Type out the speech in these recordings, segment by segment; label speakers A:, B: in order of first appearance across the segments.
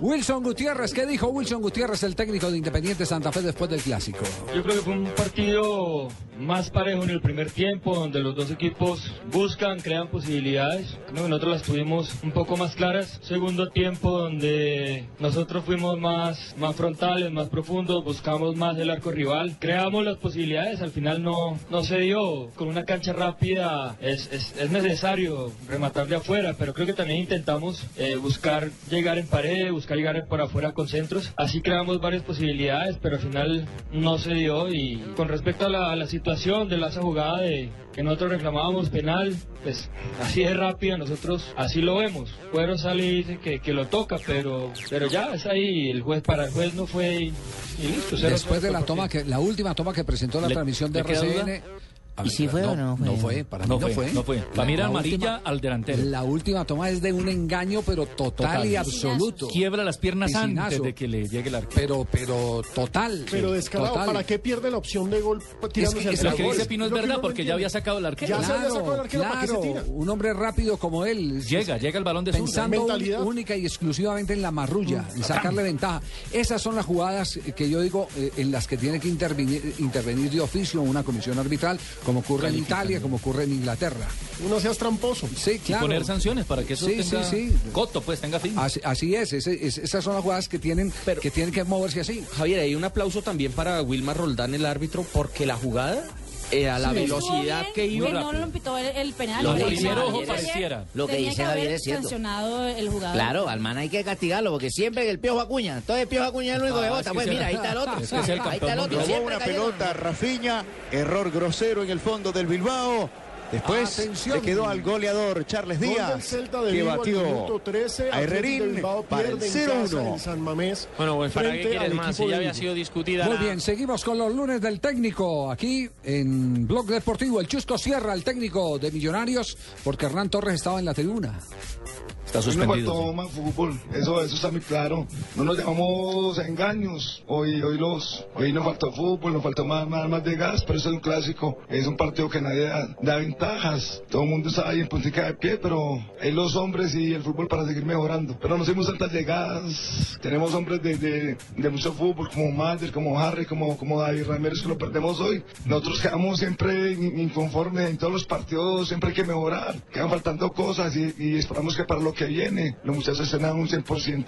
A: Wilson Gutiérrez, ¿qué dijo Wilson Gutiérrez, el técnico de Independiente Santa Fe después del clásico?
B: Yo creo que fue un partido más parejo en el primer tiempo, donde los dos equipos buscan, crean posibilidades. Creo que nosotros las tuvimos un poco más claras. Segundo tiempo, donde nosotros fuimos más, más frontales, más profundos, buscamos más el arco rival, creamos las posibilidades. Al final no, no se dio. Con una cancha rápida es, es- es necesario rematar de afuera, pero creo que también intentamos eh, buscar llegar en pared, buscar llegar por afuera con centros. Así creamos varias posibilidades, pero al final no se dio. Y con respecto a la, a la situación de la esa jugada de que nosotros reclamábamos penal, pues así de rápida nosotros así lo vemos. Cuero sale y dice que, que lo toca, pero, pero ya es ahí. El juez para el juez no fue y, y listo.
C: Pues
B: cero, cero
A: Después de la
B: por
A: toma
B: partido.
A: que, la última toma que presentó la
C: ¿Le-
A: transmisión de
C: le queda duda?
A: RCN. A
D: ¿Y si fue o no fue?
A: No fue, para mí
C: No
A: no
C: fue,
A: fue.
C: no fue. Para mí era amarilla
A: última-
C: al delantero.
A: La última toma es de un engaño, pero total,
C: Total.
A: y absoluto.
C: Quiebra las piernas
A: Piscinazo.
C: antes de que le llegue el arco.
A: Pero, pero total.
E: Pero descarado,
A: total.
E: ¿para qué pierde la opción de gol tirándose
A: que-
E: al
A: es
C: Lo que
E: gol?
C: dice Pino es
E: Lo que
C: verdad,
E: uno no
C: porque
E: entiende.
C: ya había sacado el arquero.
E: Ya se había sacado el
A: Claro,
E: arquero, ¿para qué se
A: claro,
E: tira?
A: un hombre rápido como él.
C: Llega, llega el balón de zurda.
A: Pensando
E: Mentalidad.
A: un- única y exclusivamente en la marrulla, en sacarle ventaja. Esas son las jugadas eh, que yo digo eh, en las que tiene que intervenir, intervenir de oficio una comisión arbitral, como ocurre en Italia, como ocurre en Inglaterra.
E: Uno seas tramposo.
A: Sí, claro.
C: Poner sanciones para que eso
A: Sí,
C: tenga
A: sí, sí.
C: coto, pues tenga fin.
A: Así, así es, ese- es- esas son las jugadas que tienen,
F: Pero-
A: que, tienen que moverse así.
F: Javier, hay un aplauso también para Wilmar Roldán, el árbitro, porque la jugada, eh, a la velocidad
G: Estuvo
F: que
G: bien
F: iba,
G: que no lo pitó el, el penal.
D: Lo
G: Porque
D: que dice
G: ayer
D: Javier es-
C: pareciera.
D: lo que
G: tenía
D: dice Javier
G: haber
D: es cierto.
G: sancionado el jugador.
D: Claro, al man hay que castigarlo porque siempre que el piojo acuña. Entonces el piojo acuña es el único que
C: Ah, es
D: vota.
C: que
D: Pues
C: sea-
D: mira, ahí está el otro.
C: es que sea el
D: ahí está el
C: campeón
D: otro.
C: mundial.
H: Robó
D: siempre
H: una
D: cayendo.
H: pelota Rafiña, error grosero en el fondo del Bilbao. Después
A: Atención.
H: le quedó al goleador Charles
E: Gol del
H: Díaz,
E: Celta de
H: que
E: Vigo al
H: batió
E: minuto 13,
H: a
E: Atlético de
H: Herrerín
E: Bilbao
H: para el
E: pierde en casa en
H: 0-1.
E: San Mamés.
I: Bueno, pues para qué
E: frente
I: quieres
E: al
I: más,
E: equipo
I: si ya
E: de
I: había
E: Vigo.
I: sido discutida
A: Muy
I: la-
A: bien, seguimos con los lunes del técnico. Aquí en Blog Deportivo, el Chusco cierra al técnico de Millonarios porque Hernán Torres estaba en la tribuna.
C: Está
B: Hoy nos faltó
C: suspendido. sí.
B: más fútbol, eso, eso está muy claro. No nos llamamos engaños. Hoy, hoy los, hoy nos faltó fútbol, nos faltó más, más, más de gas, pero eso es un clásico. Es un partido que nadie da, da ventajas. Todo el mundo está ahí en puntica de pie, pero es los hombres y el fútbol para seguir mejorando. Pero no hicimos tantas llegadas. Tenemos hombres de, de, de mucho fútbol, como Mander, como Harry, como, como David Ramírez, que lo perdemos hoy. Nosotros quedamos siempre in- inconformes en todos los partidos, siempre hay que mejorar. Quedan faltando cosas y, y esperamos que para lo que viene los muchachos estén a un 100%.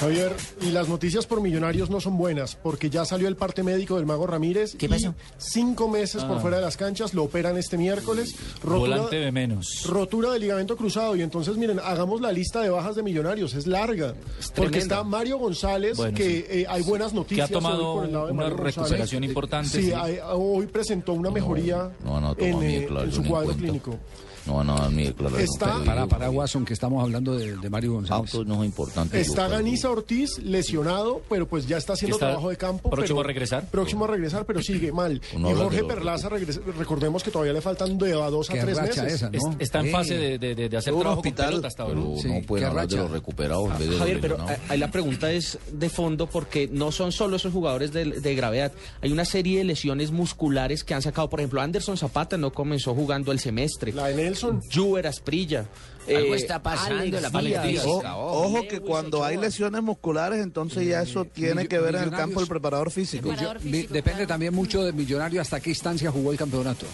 E: Javier, y las noticias por Millonarios no son buenas, porque ya salió el parte médico del Mago Ramírez.
D: ¿Qué
E: y
D: pasó?
E: Cinco meses
I: Ah.
E: por fuera de las canchas, lo operan este miércoles. Rotura-
C: Volante de menos.
E: Rotura del ligamento cruzado. Y entonces, miren, hagamos la lista de bajas de Millonarios. Es larga. porque
F: tremenda.
E: está Mario González,
C: Bueno,
E: que
C: sí.
E: eh, hay buenas noticias. hoy
C: tomado
E: por el lado de
C: una
E: Mario González.
C: recuperación importante,
E: Sí,
C: sí.
E: hay- hoy presentó una mejoría
J: No, no,
E: en,
J: toma
E: eh,
J: mi claro,
E: en su
J: ni
E: cuadro
J: cuento.
E: clínico.
J: No, no, mi claro.
E: Está-
J: no, pero
A: Para,
J: yo-
A: para Watson, que estamos hablando de, de Mario González.
J: Autos no es importante. yo,
E: Está
J: pero-
E: Ganisa Ortiz lesionado, pero pues ya está haciendo
C: Está
E: trabajo de campo.
C: próximo
E: pero-
C: a regresar.
E: Próximo a regresar, pero sigue mal.
J: Uno
E: y
J: habla
E: Jorge
J: de lo-
E: Perlaza, regresa- recordemos que todavía le faltan de a dos a
A: Qué
E: tres
A: racha
E: meses.
A: esa,
C: Es-
A: ¿no?
C: Está
A: Eh.
C: en fase de, de- de- de hacer
F: Un
C: trabajo
F: hospital,
C: con pelota hasta ahora.
J: pero
A: Sí,
J: no pueden
A: qué
J: hablar de
A: racha.
J: los recuperados en vez de
F: Javier,
J: los
F: pero
J: lesionados.
F: ah, la pregunta es de fondo porque no son solo esos jugadores de, de gravedad. Hay una serie de lesiones musculares que han sacado. Por ejemplo, Anderson Zapata no comenzó jugando el semestre.
E: La de Nelson.
F: Juber Asprilla.
A: Eh,
F: eh,
D: Algo está pasando en la
F: Alex
D: Alex
F: Díaz.
D: Díaz.
H: O- ojo
F: Lewis
H: que cuando hay
F: Ochoa.
H: lesiones musculares, entonces ya eso tiene
A: Millo-
H: que ver en el
A: Millonarios-
H: campo el preparador físico.
G: Preparador
A: Mi-
G: físico,
A: depende
G: claro.
A: también mucho de Millonario hasta qué instancia jugó el campeonato.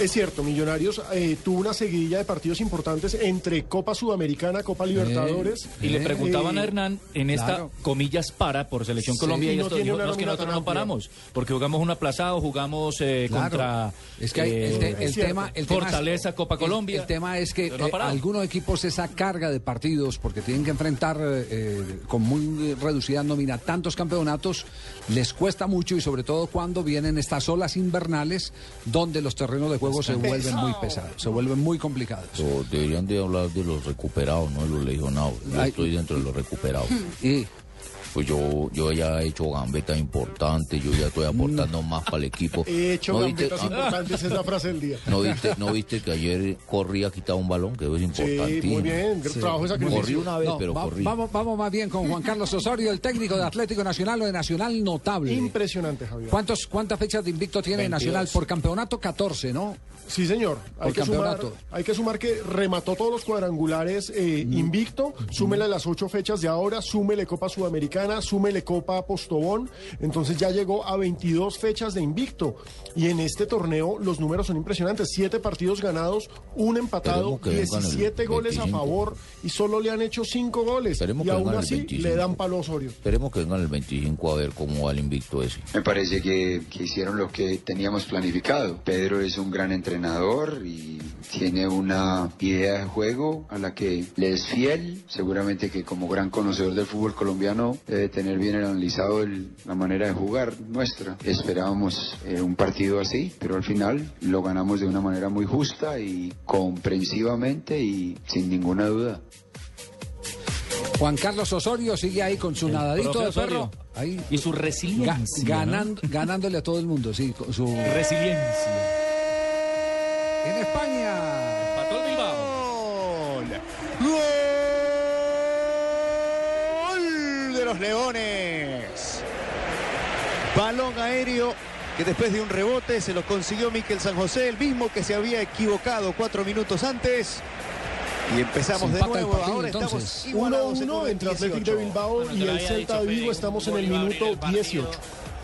E: Es cierto, Millonarios eh, tuvo una seguidilla de partidos importantes entre Copa Sudamericana, Copa Libertadores.
C: Y le
E: Eh,
C: preguntaban a Hernán en esta,
A: claro.
C: comillas, para por Selección
E: Sí,
C: Colombia y
E: no
C: esto
E: tiene
C: dijo,
E: una
C: no, es que
E: nómina
C: nosotros
E: tan
C: no
E: amplia".
C: paramos, porque jugamos un aplazado, jugamos eh,
A: Claro.
C: contra
A: es que hay- el,
C: eh,
A: te- el
E: es cierto.
A: tema, el tema es-
C: Fortaleza, Copa
A: el-
C: Colombia.
A: El, tema es que
C: Pero no ha
A: eh,
C: parado.
A: algunos equipos esa carga de partidos porque tienen que enfrentar eh, eh, con muy eh, reducida nómina tantos campeonatos les cuesta mucho y sobre todo cuando vienen estas olas invernales donde los terrenos de juegos se vuelven muy pesados, se vuelven muy complicados.
J: Pero deberían de hablar de los recuperados, no de los legionados. Yo
A: Ay.
J: estoy dentro de los recuperados.
A: Y
J: Pues yo, yo ya he hecho gambetas importantes, yo ya estoy aportando
A: Mm.
J: más para el equipo.
E: He hecho
J: ¿No viste-
E: gambetas
J: ah,
E: importantes, es la frase del día.
J: ¿No viste, no viste que ayer corrí a quitar un balón? Que es importantísimo.
E: muy bien, gran trabajo de sacrificio.
J: Corrí una vez,
A: No,
J: pero
A: va-
J: corrí.
A: Vamos, vamos más bien con Juan Carlos Osorio, el técnico de Atlético Nacional o de Nacional notable.
E: Impresionante, Javier.
A: ¿Cuántos, ¿Cuántas fechas de invicto tiene
E: 22.
A: Nacional? Por campeonato 14, ¿no?
E: Sí, señor. Hay
A: Por
E: que, sumar,
A: campeonato.
E: hay que sumar que remató todos los cuadrangulares eh,
J: Mm.
E: invicto, súmele las ocho fechas de ahora, súmele Copa Sudamericana, súmele Copa Postobón, entonces ya llegó a 22 fechas de invicto. Y en este torneo los números son impresionantes, siete partidos ganados, un empatado,
J: Esperemos que vengan el
E: 17 goles a
J: 25.
E: favor y solo le han hecho cinco goles.
J: Esperemos
E: y
J: que
E: aún
J: vengan el
E: así le
J: 25.
E: dan palo a Osorio.
J: Esperemos que vengan el 25 a ver cómo va el invicto ese.
I: Me parece que, que hicieron lo que teníamos planificado. Pedro es un gran entrenador y tiene una idea de juego a la que le es fiel. Seguramente que como gran conocedor del fútbol colombiano debe tener bien analizado el- la manera de jugar nuestra. Esperábamos eh, un partido así, pero al final lo ganamos de una manera muy justa y comprensivamente y sin ninguna duda.
A: Juan Carlos Osorio sigue ahí con su nadadito
C: profe
A: de perro.
C: Osorio.
A: Ahí,
C: Y su resiliencia.
A: ga- ganando, ganándole a todo el mundo, sí, con su...
C: ¿no? Resiliencia.
A: En España.
C: Empató el Bilbao.
H: Gol de los Leones. Balón aéreo que después de un rebote se lo consiguió Miquel San José, el mismo que se había equivocado cuatro minutos antes. Y empezamos
A: Se
H: de
A: empata el
H: nuevo.
A: partido,
H: Ahora
A: entonces.
H: estamos igualados en
E: 1-1 entre Atlético de
H: 18.
E: Bilbao y el Celta de Vigo, estamos en el minuto 18,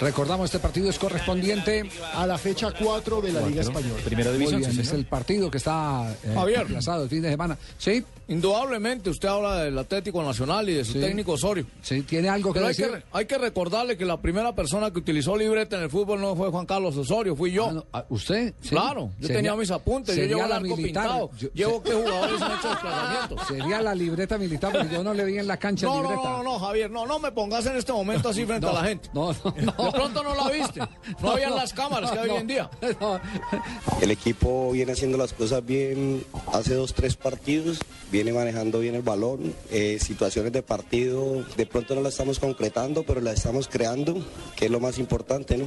A: Recordamos, este partido es correspondiente
E: a la fecha 4 de la Liga Española.
C: Primera
A: Muy
C: división.
A: bien,
C: sí,
A: es
C: señor.
A: el partido que está eh,
J: Javier.
A: aplazado el fin de semana. Sí,
J: Indudablemente usted habla del Atlético Nacional y de su
A: Sí. técnico
J: Osorio.
A: sí, tiene algo que
J: Pero hay que,
A: decir.
J: re- hay que recordarle que la primera persona que utilizó libreta en el fútbol no fue Juan Carlos Osorio, fui yo.
A: Ah, no, ah, ¿Usted? Sí.
J: Claro, yo
A: Sería-
J: tenía mis apuntes, yo
A: sería
J: llevo el
A: la
J: arco
A: militar.
J: pintado,
A: Yo-
J: llevo qué jugadores han hecho desplazamientos.
A: Sería la libreta militar, porque yo no le vi en la cancha
J: No, no,
A: libreta.
J: no, no, no, Javier, no, no me pongas en este momento así frente
A: No,
J: a la gente.
A: No, no,
J: De
A: no.
J: pronto no la viste, no, habían las cámaras que hay
A: no,
J: hoy en día.
A: no.
K: El equipo viene haciendo las cosas bien hace dos, tres partidos, viene manejando bien el balón, eh, situaciones de partido, de pronto no las estamos concretando, pero las estamos creando, que es lo más importante, ¿no?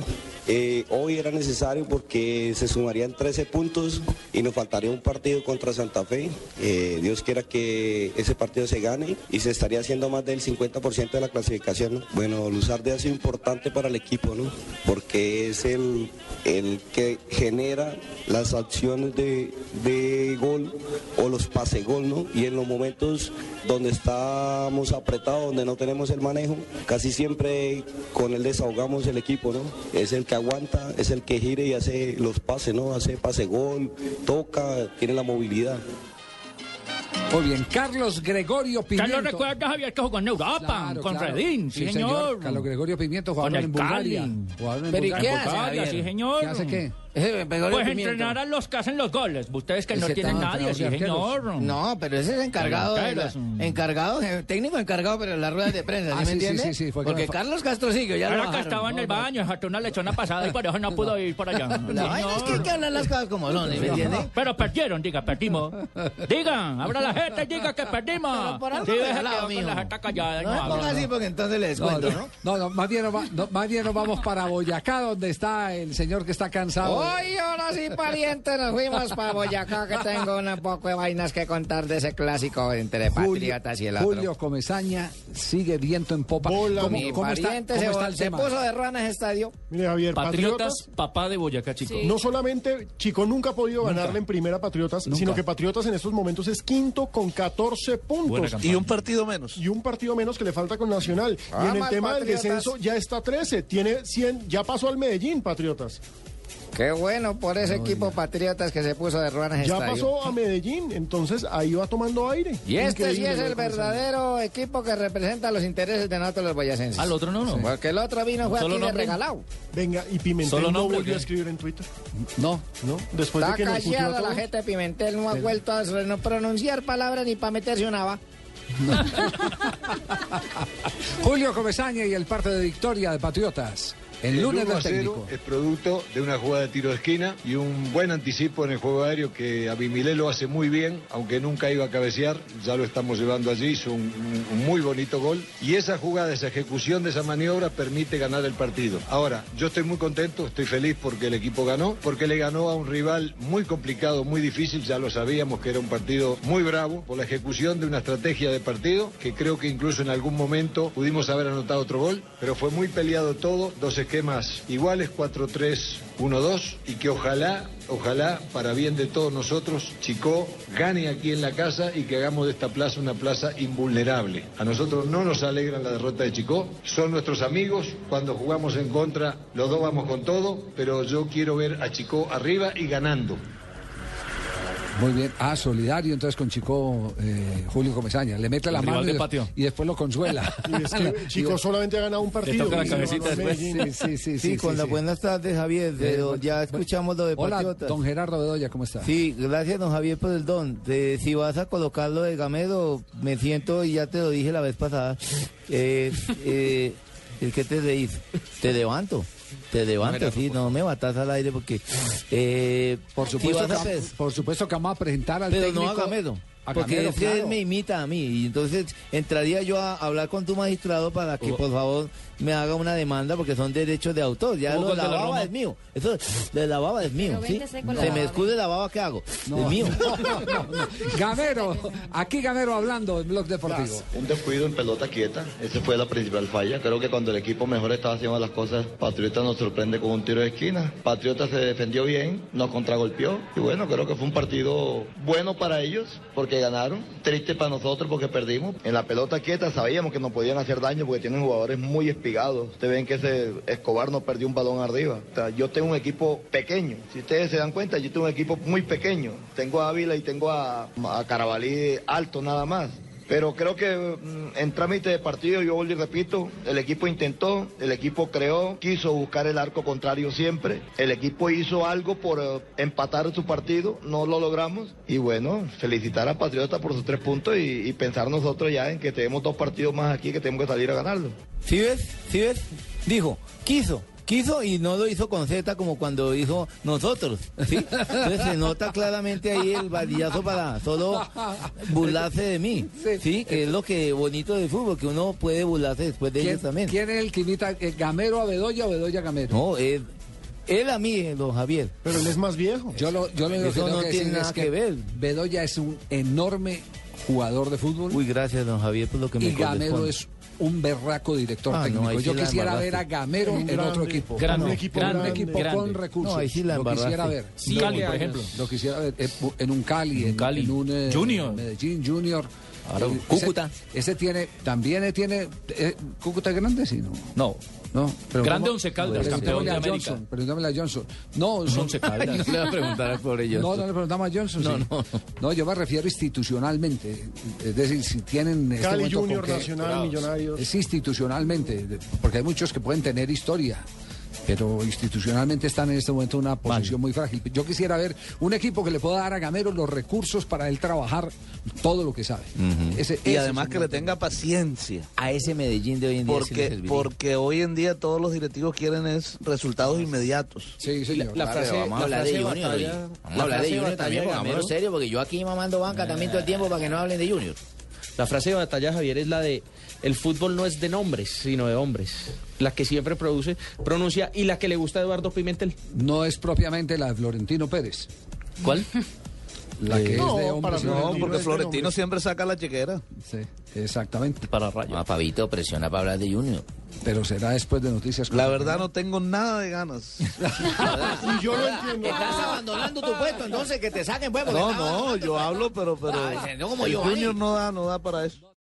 K: Eh, hoy era necesario porque se sumarían 13 puntos y nos faltaría un partido contra Santa Fe. Eh, Dios quiera que ese partido se gane y se estaría haciendo más del 50% de la clasificación. ¿no? Bueno, Luzardi ha sido importante para el equipo, ¿no? Porque es el, el que genera las acciones de, de gol o los pase gol, ¿no? Y en los momentos donde estamos apretados, donde no tenemos el manejo, casi siempre con él desahogamos el equipo, ¿no? Es el que aguanta, es el que gira y hace los pases, ¿no? Hace pase gol, toca, tiene la movilidad.
A: Muy bien, Carlos Gregorio Pimiento.
L: Carlos recuerda Javier que jugó en Europa,
A: Claro,
L: con
A: claro.
L: Redín, sí, señor.
A: Carlos Gregorio Pimiento, jugador
L: el
A: en Bulgaria.
L: Cali.
A: Jugador en
L: Pero ¿y qué
A: Bulgaria.
L: hace, Bulgaria, Javier? sí, señor.
A: ¿Qué hace qué?
D: Eh,
L: Pues entrenar a los que hacen los goles. Ustedes que no
D: Ese
L: tienen
D: tan-
L: nadie, sí,
D: tan-
L: señor.
D: No, pero ese es encargado, de la-
L: Carlos, mm.
D: encargado, eh, técnico encargado para las ruedas de prensa, ¿sí
A: Ah,
D: me
A: sí, sí,
D: entiende?
A: sí, sí, fue que
D: Porque
A: me fa-
D: Carlos Castro Castrosillo ya lo
L: Era que
D: bajaron.
L: estaba en el baño, jató una lechona pasada y por eso no pudo ir para allá.
D: La vaina es que hay que hablar las cosas como son, ¿sí ¿me entiende?
L: Pero perdieron, diga, perdimos. Digan, abra la jeta y diga que perdimos.
D: Pero por algo
L: Sí, deje
D: regalado,
L: que va con la
D: mijo.
L: jeta callada y
D: No
L: no
D: me ponga
L: habla,
D: así
L: ¿no?
D: porque entonces le
A: No,
D: descuento,
A: no,
D: ¿no?
A: no, no, más, bien nos va- no, más bien nos vamos para Boyacá, donde está el señor que está cansado.
M: Hoy, ahora sí, pariente, nos fuimos para Boyacá, que tengo un poco de vainas que contar de ese clásico entre patriotas y el otro.
A: Julio Comesaña sigue viento en popa. ¿Cómo,
M: Mi
A: cómo está,
M: pariente
A: cómo
M: se,
A: está el
M: se
A: tema?
M: puso de rana ese estadio.
E: Mire, Javier, Patriotas
C: Patriotas, papá de Boyacá, chicos.
E: No solamente Chico nunca ha podido ganarle en primera a Patriotas, sino que Patriotas en estos momentos es quinto con 14
C: Buena
E: puntos.
C: campaña.
E: Y
H: un partido menos.
E: y un partido menos que le falta con Nacional.
H: Ah,
E: y en el
H: mal,
E: tema del
H: Patriotas.
E: descenso ya está 13, tiene 100, ya pasó al Medellín, Patriotas.
M: Qué bueno por ese equipo Patriotas que se puso de ruanas ese
E: Ya
M: estadio.
E: pasó a Medellín, entonces ahí va tomando aire.
M: Y este sí
E: Increíble
M: es
E: lo de
M: el
E: Comesaña.
M: verdadero equipo que representa los intereses de nosotros los boyacenses.
C: Al otro no, no.
M: Porque el otro vino fue
C: Solo
M: aquí de
C: nombre.
M: regalado.
E: Venga, y Pimentel
C: Solo
E: no
C: nombre,
E: volvió
C: ¿qué?
E: a escribir en Twitter,
A: No,
E: ¿no?
C: Pues
E: Después
M: Está
E: de que nos puteó a
M: callada la
E: todos.
M: gente de Pimentel, no ha vuelto a no pronunciar palabras ni para meterse una va.
A: Julio Comesaña y el parte de victoria de Patriotas. El lunes del
N: 1 a 0
A: técnico.
N: es producto de una jugada de tiro de esquina y un buen anticipo en el juego aéreo que Abimile lo hace muy bien, aunque nunca iba a cabecear, ya lo estamos llevando allí, hizo un, un- un muy bonito gol. Y esa jugada, esa ejecución de esa maniobra permite ganar el partido. Ahora, yo estoy muy contento, estoy feliz porque el equipo ganó, porque le ganó a un rival muy complicado, muy difícil, ya lo sabíamos que era un partido muy bravo por la ejecución de una estrategia de partido que creo que incluso en algún momento pudimos haber anotado otro gol, pero fue muy peleado todo, dos esquemas iguales, 4-3-1-2 y que ojalá, ojalá, para bien de todos nosotros, Chico gane aquí en la casa y que hagamos de esta plaza una plaza invulnerable. A nosotros no nos alegra la derrota de Chico, son nuestros amigos, cuando jugamos en contra los dos vamos con todo, pero yo quiero ver a Chico arriba y ganando.
A: Muy bien. Ah, solidario entonces con Chico eh, Julio Comesaña. Le mete la
E: El
A: mano
E: rival
A: y,
E: de
A: des-
E: patio.
A: y después lo consuela.
E: Y es que Chico solamente ha ganado un partido.
A: toca la
E: Y-
A: cabecita después.
E: Medellín.
A: Sí, sí,
J: Sí,
A: sí,
J: con
A: sí,
J: las
A: sí.
J: buenas tardes, Javier, pero ya escuchamos lo de
A: Hola,
J: Patriotas.
A: don Gerardo Bedoya, ¿cómo está?
J: Sí, gracias, don Javier, por el don. De- si vas a colocarlo de Gamero, me siento, y ya te lo dije la vez pasada, eh, eh, el que te reís, te levanto. Te levanto, sí, no me batas al aire porque... eh,
A: Por
J: si
A: supuesto,
J: vas a
A: que,
J: pes-
A: por supuesto que vamos a presentar al
J: pero
A: técnico.
J: no a Gamero.
A: A
J: Porque
A: Gamero,
J: es que
A: claro.
J: él me imita a mí. Y entonces entraría yo a hablar con tu magistrado para
A: Oh.
J: que por favor me haga una demanda porque son derechos de autor. Ya
D: Como
J: lo,
D: gol de
J: la
D: la
J: baba
D: Roma.
J: es mío. Eso de la baba es mío.
D: Pero
J: ¿sí?
D: véndese
J: Se
D: con la baba.
J: me escude la baba, ¿qué hago?
A: No,
J: es mío.
A: no, no, no. Gamero, aquí Gamero hablando en Blog Deportivo.
O: Un descuido en pelota quieta, esa fue la principal falla. Creo que cuando el equipo mejor estaba haciendo las cosas, Patriota nos sorprende con un tiro de esquina. Patriota se defendió bien, nos contragolpeó. Y bueno, creo que fue un partido bueno para ellos porque ganaron. Triste para nosotros porque perdimos. En la pelota quieta sabíamos que nos podían hacer daño porque tienen jugadores muy espigados. Ustedes ven que ese Escobar no perdió un balón arriba. O sea, yo tengo un equipo pequeño. Si ustedes se dan cuenta, yo tengo un equipo muy pequeño. Tengo a Ávila y tengo a, a Carabalí alto nada más. Pero creo que mm, en trámite de partido, yo vuelvo y repito, el equipo intentó, el equipo creó, quiso buscar el arco contrario siempre, el equipo hizo algo por eh, empatar su partido, no lo logramos. Y bueno, felicitar a Patriota por sus tres puntos y, y pensar nosotros ya en que tenemos dos partidos más aquí que tenemos que salir a ganarlo.
J: ¿Sí ves? ¿Sí ves? Dijo, quiso. Quiso y no lo hizo con Z como cuando dijo nosotros. ¿sí? Entonces se nota claramente ahí el varillazo para solo burlarse de mí. ¿sí? Que es lo que bonito del fútbol, que uno puede burlarse después de ellos también.
A: ¿Quién es el que imita eh, Gamero a Bedoya o Bedoya a Gamero?
J: No, es él a mí, eh, don Javier.
E: Pero él es más viejo.
A: Yo lo, yo lo único que
J: Eso
A: tengo
J: no
A: que
J: tiene
A: decir
J: nada
A: es
J: que ver.
A: Bedoya es un enorme jugador de fútbol.
J: Uy, gracias, don Javier, por lo que me
A: y Gamero
J: corresponde.
A: es un berraco director
J: Ah, no,
A: técnico.
J: ahí sí
A: yo
J: la
A: quisiera
J: embarraste.
A: ver a Gamero
J: Un
A: en
J: grande,
A: otro equipo.
J: grande,
A: un
J: No,
A: equipo,
J: grande,
A: un equipo
J: grande.
A: con recursos.
J: No, ahí sí la
A: lo quisiera
J: embarraste.
A: ver.
J: Sí, Cali, por ejemplo.
A: Lo quisiera ver eh, pu- en un Cali, en,
J: Cali.
A: en un eh,
J: Junior.
A: Medellín Junior.
J: Claro,
A: Eh, ese-
J: Cúcuta.
A: Ese tiene, también eh, tiene, eh, Cúcuta es grande, sí, no.
L: No.
A: No,
L: Grande
A: ¿cómo?
L: Once Caldas,
A: Preguntémosle
L: campeón de
A: a
L: América.
A: Johnson, preguntémosle a Johnson. No, son...
L: Once Caldas.
J: No le va a preguntar al pobre Johnson.
A: No, no le preguntamos a Johnson.
J: No,
A: sí. no. yo me refiero institucionalmente. Es decir, si tienen... en este
E: Cali
A: momento
E: Junior,
A: con qué-
E: Nacional, Millonarios.
A: Es institucionalmente, de- porque hay muchos que pueden tener historia. Pero institucionalmente están en este momento en una posición muy frágil. Yo quisiera ver un equipo que le pueda dar a Gamero los recursos para él trabajar todo lo que sabe.
J: Mm.
A: Ese- ese
P: Y
A: es
P: además
A: un
P: que le tenga paciencia.
J: A ese Medellín de hoy en día sí le
P: Porque,
J: serviría.
P: porque hoy en día todos los directivos quieren es resultados inmediatos.
A: Sí, señor.
J: La frase-
P: vamos a
J: la
P: hablar
J: frase
P: de Junior.
J: batalla-
P: oye.
J: Vamos a hablar de Junior también, pongámonos
P: serio.
J: serio, porque yo aquí mamando banca también todo el tiempo para que no hablen de Junior.
F: La frase de batalla, Javier, es la de el fútbol no es de nombres, sino de hombres. La que siempre produce, pronuncia y la que le gusta a Eduardo Pimentel.
A: No es propiamente la de Florentino Pérez.
F: ¿Cuál?
A: La que
P: No,
A: es de
P: para
A: hombres.
P: no, porque Florentino siempre saca la chequera.
A: Sí, exactamente.
J: Para Rayo. Ah, Pavito, presiona para hablar de Junior.
A: Pero será después de noticias.
P: La verdad no tengo nada de ganas. Ah,
E: Y yo lo entiendo.
J: Estás abandonando tu puesto, entonces que te saquen, pues. porque
P: No,
J: estabas-
P: no, yo hablo, pero, pero.
J: Ah, no como
P: el
J: Giovanni.
P: Junior no da, no da para eso.